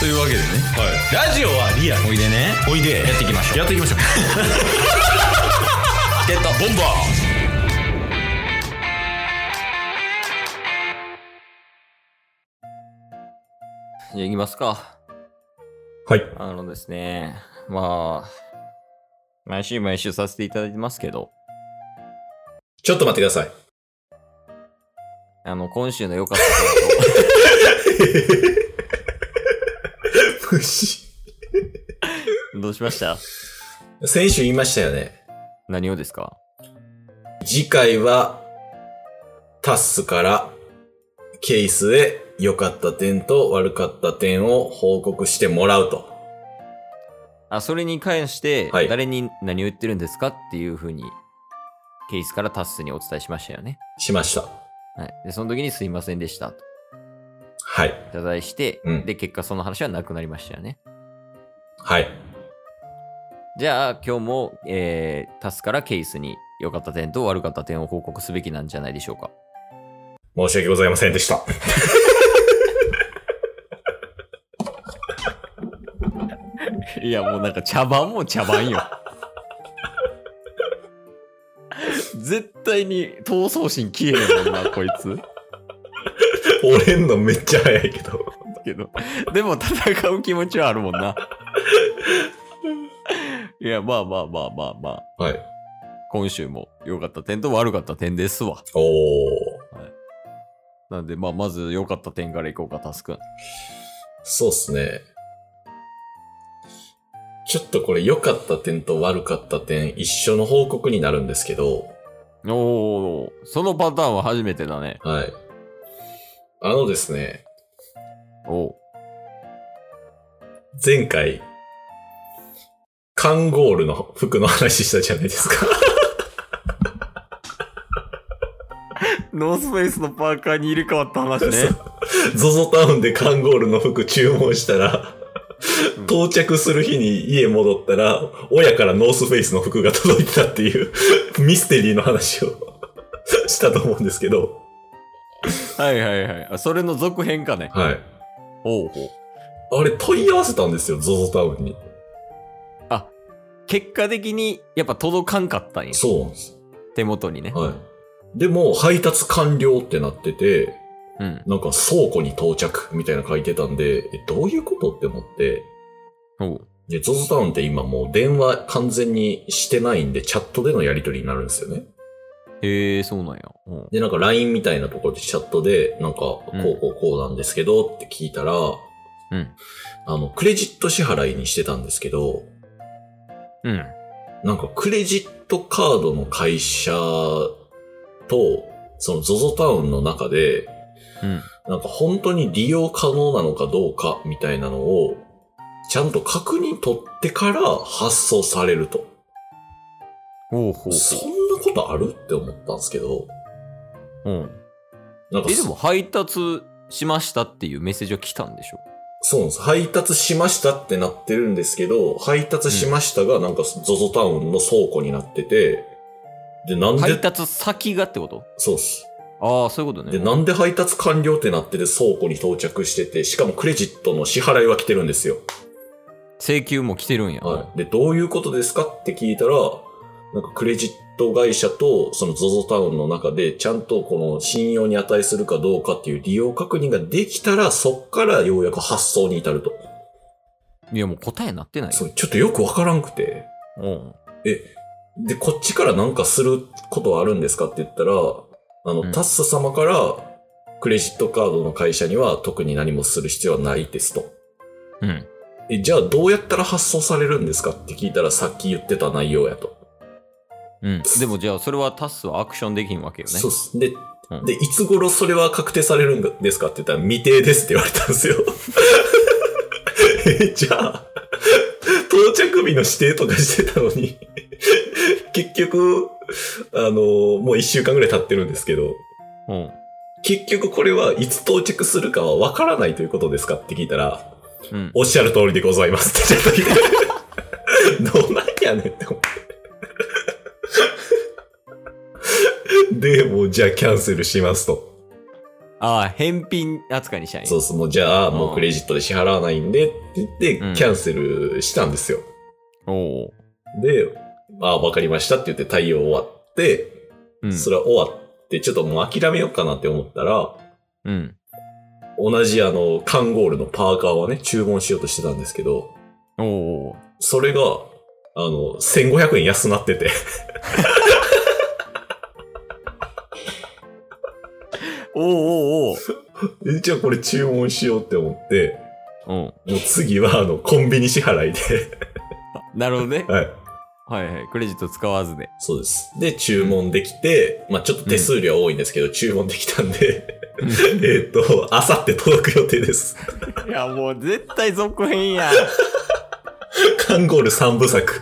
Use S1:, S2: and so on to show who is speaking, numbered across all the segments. S1: というわけでね、ラジオはリアおいでね
S2: おいで
S1: やっていきましょう
S2: やっていきましょう
S1: ゲットボンバーじゃあ行きますか
S2: はい
S1: あのですねまあ毎週毎週させていただいてますけど
S2: ちょっと待ってください
S1: あの今週の良かったこと
S2: 無視
S1: どうしました
S2: 先週言いましたよね
S1: 何をですか
S2: 次回はタッスからケースへ良かった点と悪かった点を報告してもらうと
S1: あそれに関して
S2: はい
S1: 誰に何を言ってるんですかっていうふうにケースからタッスにお伝えしましたよね、
S2: しました
S1: はい、でその時にすいませんでしたと
S2: はい
S1: 謝罪して、
S2: うん
S1: で結果その話はなくなりましたよね
S2: はい
S1: じゃあ今日も、えー、タスからケースに良かった点と悪かった点を報告すべきなんじゃないでしょうか
S2: 申し訳ございませんでした
S1: いやもうなんか茶番も茶番よ絶対に闘争心消えへんもんなこいつ
S2: 俺んのめっちゃ早いけど
S1: けどでも戦う気持ちはあるもんないやまあまあまあまあまあ
S2: はい
S1: 今週も良かった点と悪かった点ですわ
S2: おお
S1: なんでまあまず良かった点からいこうかタスくん
S2: そうっすね。ちょっとこれ良かった点と悪かった点一緒の報告になるんですけど、
S1: おおそのパターンは初めてだね
S2: はい。あのですね、
S1: おう
S2: 前回、カンゴールの服の話したじゃないですか。
S1: ノースフェイスのパーカーに入れ替わった話ね
S2: ゾゾタウンでカンゴールの服注文したら、到着する日に家戻ったら、親からノースフェイスの服が届いてたっていうミステリーの話をしたと思うんですけど、
S1: はいはいはいあそれの続編かね
S2: はい。
S1: おうほう
S2: あれ問い合わせたんですよ、ゾゾタウンに。
S1: 結果的にやっぱ届かんかったんや
S2: そうなんです。
S1: 手元にね
S2: はい。でも、配達完了ってなってて、
S1: うん
S2: なんか倉庫に到着みたいなの書いてたんで、え、どういうことって思って、
S1: おう
S2: で、ゾゾタウンって今もう電話完全にしてないんで、チャットでのやり取りになるんですよね。
S1: へえそうなんやおう
S2: で、なんか LINE みたいなところでチャットで、なんか、こ
S1: うん
S2: うこうこうなんですけどって聞いたら、
S1: うん
S2: あの、クレジット支払いにしてたんですけど、
S1: うん
S2: なんかクレジットカードの会社と、その ZOZO タウンの中で、
S1: うん
S2: なんか本当に利用可能なのかどうかみたいなのを、ちゃんと確認取ってから発送されると。
S1: おうほう
S2: そんなことあるって思ったんですけど、
S1: ほううん
S2: なんか
S1: えでも配達しましたっていうメッセージは来たんでしょ
S2: そうなんです。配達しましたってなってるんですけど、配達しましたがなんか ZOZO タウンの倉庫になってて、で、なんで、
S1: 配達先がってこと
S2: そうっす。
S1: ああそういうこと
S2: で、
S1: ね
S2: なんで配達完了ってなってて倉庫に到着してて、しかもクレジットの支払いは来てるんですよ。
S1: 請求も来てるんや、
S2: はい。で、どういうことですかって聞いたら、なんかクレジット会社とその ZOZO タウンの中でちゃんとこの信用に値するかどうかっていう利用確認ができたら、そっからようやく発送に至ると。
S1: い、やもう答えなってない
S2: そ
S1: よ
S2: れちょっとよくわからんくて。
S1: おう
S2: で、こっちからなんかすることはあるんですかって言ったら、あの、
S1: うん
S2: タッス様からクレジットカードの会社には特に何もする必要はないですと。
S1: うん
S2: え、じゃあどうやったら発送されるんですかって聞いたらさっき言ってた内容やと。
S1: うんでもじゃあそれはタスはアクションできんわけよね
S2: そうっす。で、
S1: うん
S2: で、いつ頃それは確定されるんですかって言ったら未定ですって言われたんですよ。 え、じゃあ、到着日の指定とかしてたのに、 結局、あの、もう一週間ぐらい経ってるんですけど、
S1: うん
S2: 結局これはいつ到着するかはわからないということですかって聞いたら、
S1: うん
S2: おっしゃる通りでございます ってちょっと言ってどうなんやねんって思って。で、もうじゃあキャンセルしますと。
S1: ああ、返品扱いにしたんや。
S2: そうそう、もうじゃあ、もううんクレジットで支払わないんでって言って
S1: うん、
S2: キャンセルしたんですよ。
S1: おう。
S2: で、ああ、わかりましたって言って対応終わって、
S1: うん。
S2: それは終わって、ちょっともう諦めようかなって思ったら、
S1: うん。
S2: 同じあの、カンゴールのパーカーをね、注文しようとしてたんですけど、
S1: おおう。
S2: それが、あの、1500円安なってて。
S1: おうおう
S2: えじゃあこれ注文しようって思って、
S1: おう。うん。
S2: もう次はあの、コンビニ支払いで。
S1: なるほどね。
S2: はい。
S1: はいはい。クレジット使わずで。
S2: そうです。で、注文できて、まあちょっと手数料多いんですけど、注文できたん で、えっと、あさって届く予定です。
S1: いや、もう絶対続編 やん。
S2: カンゴール3部作。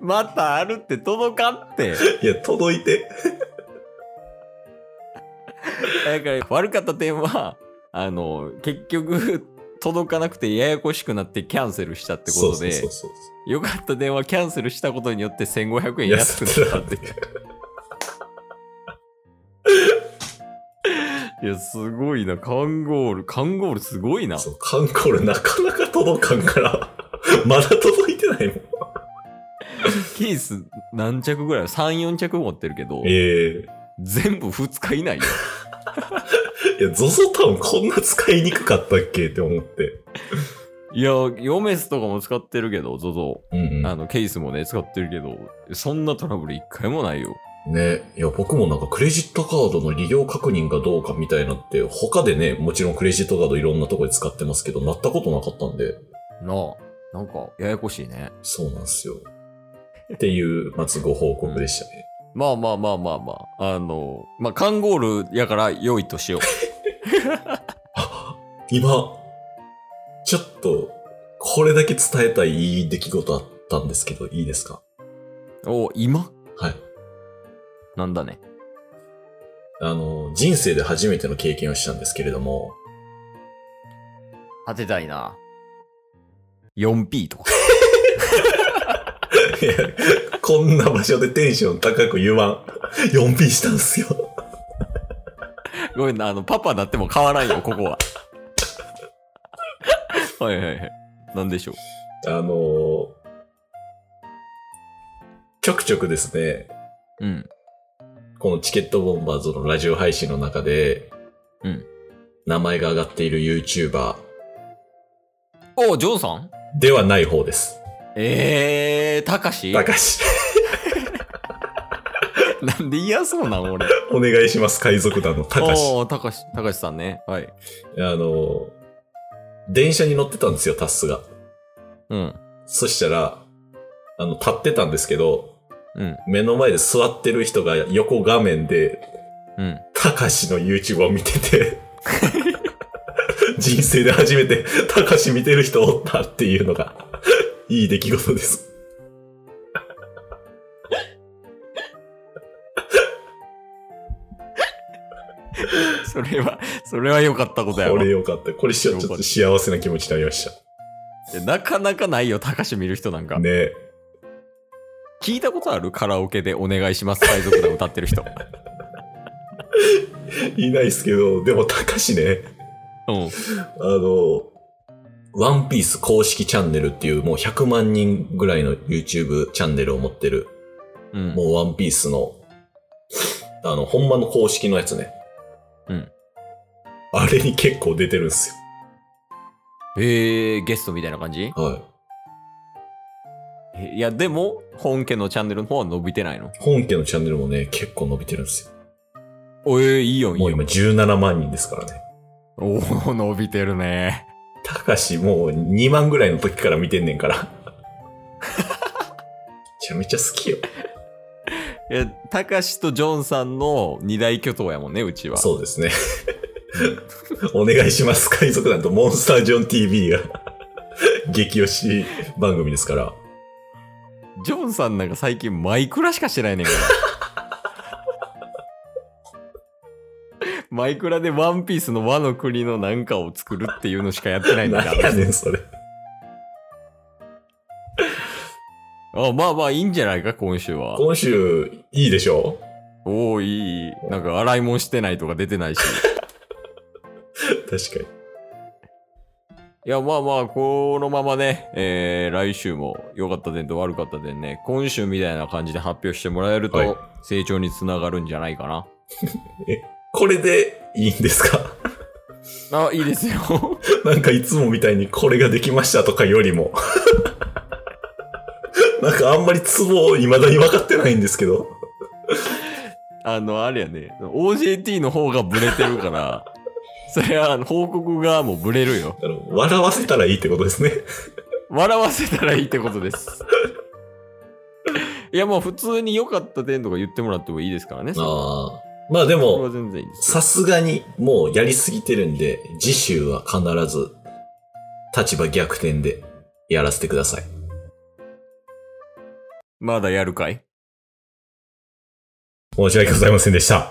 S1: またあるって届かって。
S2: いや、届いて。
S1: だから悪かった点は、あの、結局、届かなくてややこしくなってキャンセルしたってこ
S2: そう
S1: と
S2: そう
S1: で
S2: そう、そう。
S1: 良かった点はキャンセルしたことによって1500円安くなったっていう。いや、すごいな。カンゴール、カンゴールすごいな。
S2: そうカンゴールなかなか届かんから、 まだ届いてないもん。
S1: ケース何着ぐらい ?3、4着持ってるけど、
S2: え
S1: 全部2日以内よ。
S2: えいや、ゾゾタウンこんな使いにくかったっけって思って。
S1: いや、ヨメスとかも使ってるけど、ゾゾ。
S2: うん
S1: あの、ケースもね、使ってるけど、そんなトラブル一回もないよ。
S2: ね、いや、僕もなんかクレジットカードの利用確認がどうかみたいなって、他でね、もちろんクレジットカードいろんなとこで使ってますけど、なったことなかったんで、
S1: なあ。なんか、ややこしいね。
S2: そうなんですよ。っていう、まずご報告でしたね。
S1: まあまあまあまあまあ。あの、まあ、カンゴールやから良いとしよう。
S2: あ今、ちょっと、これだけ伝えたいいい出来事あったんですけど、いいですか
S1: お今
S2: はい。
S1: なんだね。
S2: あの、人生で初めての経験をしたんですけれども、
S1: 当てたいな。4P とか。
S2: いやこんな場所でテンション高く言わん。4P したんすよ。
S1: ごめんな、あの、パパだっても変わらんよ、ここは。 はいはいはい。なんでしょう。
S2: あのーちょくちょくですね、
S1: うん。
S2: このチケットボンバーズのラジオ配信の中で、
S1: うん
S2: 名前が上がっている YouTuber
S1: おジョンさん
S2: ではない方です。
S1: ええー、たかし
S2: たかし、
S1: なんで嫌そうなん、俺。
S2: お願いします、海賊団のたかし。
S1: おー、たかし、たかしさんね。はい。
S2: あのー電車に乗ってたんですよ、タッスが。
S1: うん。
S2: そしたら、あの、立ってたんですけど、
S1: うん。
S2: 目の前で座ってる人が横画面で
S1: うん。
S2: たかしの YouTube を見てて、人生で初めてたかし見てる人おったっていうのが、いい出来事です。
S1: それは、それは良かったことや
S2: こ
S1: ろ
S2: れ。よかった。これしちょっと幸せな気持ちになりまし
S1: いやなかなかないよ、高し見る人なん
S2: た。
S1: か。
S2: ね
S1: 聞いたことあるカラオケでお願いします、海賊団歌って る人。
S2: いないですけど、でもたかしね、
S1: うん。
S2: あの、ワンピース公式チャンネルっていうもう100万人ぐらいの YouTube チャンネルを持ってる、
S1: うん。
S2: もうワンピースの、あの、ほんまの公式のやつね。
S1: うん。
S2: あれに結構出てるんです
S1: えー、ゲストみたいな感じ
S2: よ。はい。
S1: えいや、でも、本家のチャンネルの方は伸びてないの。
S2: 本家のチャンネルもね、結構伸びてるんですよ。
S1: おえー、いいよ、いい
S2: もう
S1: よ。
S2: 今17万人ですからね。
S1: おー、伸びてるね。
S2: たかしもう2万ぐらいの時から見てんねん から。めちゃめちゃ好きよ。
S1: え、たかしとジョンさんの二大巨頭やもんね、うちは。
S2: そうですね。お願いします。海賊団とモンスタージョン TV が激推し番組ですから。
S1: ジョンさんなんか最近マイクラしかしてないねんから。マイクラでワンピースの和の国のなんかを作るっていうのしかやってないんだか
S2: 何
S1: ら
S2: や。ねん、それ。
S1: あまあまあいいんじゃないか今週は。
S2: 今週、いいでしょ
S1: おおいいいいなんか洗い物してないとか出てないし
S2: 確かに。
S1: いやまあまあこのままね、えー来週も良かった点と悪かった点ね今週みたいな感じで発表してもらえる
S2: はい
S1: と成長につながるんじゃないかな、
S2: これでいいんですか
S1: あいいですよ
S2: なんかいつもみたいにこれができましたとかよりも。 なんかあんまりツボを未だに分かってないんですけど。
S1: あのあれやね OJT の方がブレてるからそれはあの報告がもうブレるよ
S2: あの笑わせたらいいってことですね。
S1: 笑わせたらいいってことです。いや、もう普通に良かった点とか言ってもらってもいいですからね。そ
S2: ああ。まあで
S1: れは
S2: も、
S1: 全然いいですよ。
S2: さすがにもうやりすぎてるんで、次週は必ず立場逆転でやらせてください。
S1: まだやるかい
S2: 申し訳ございませんでした。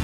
S3: す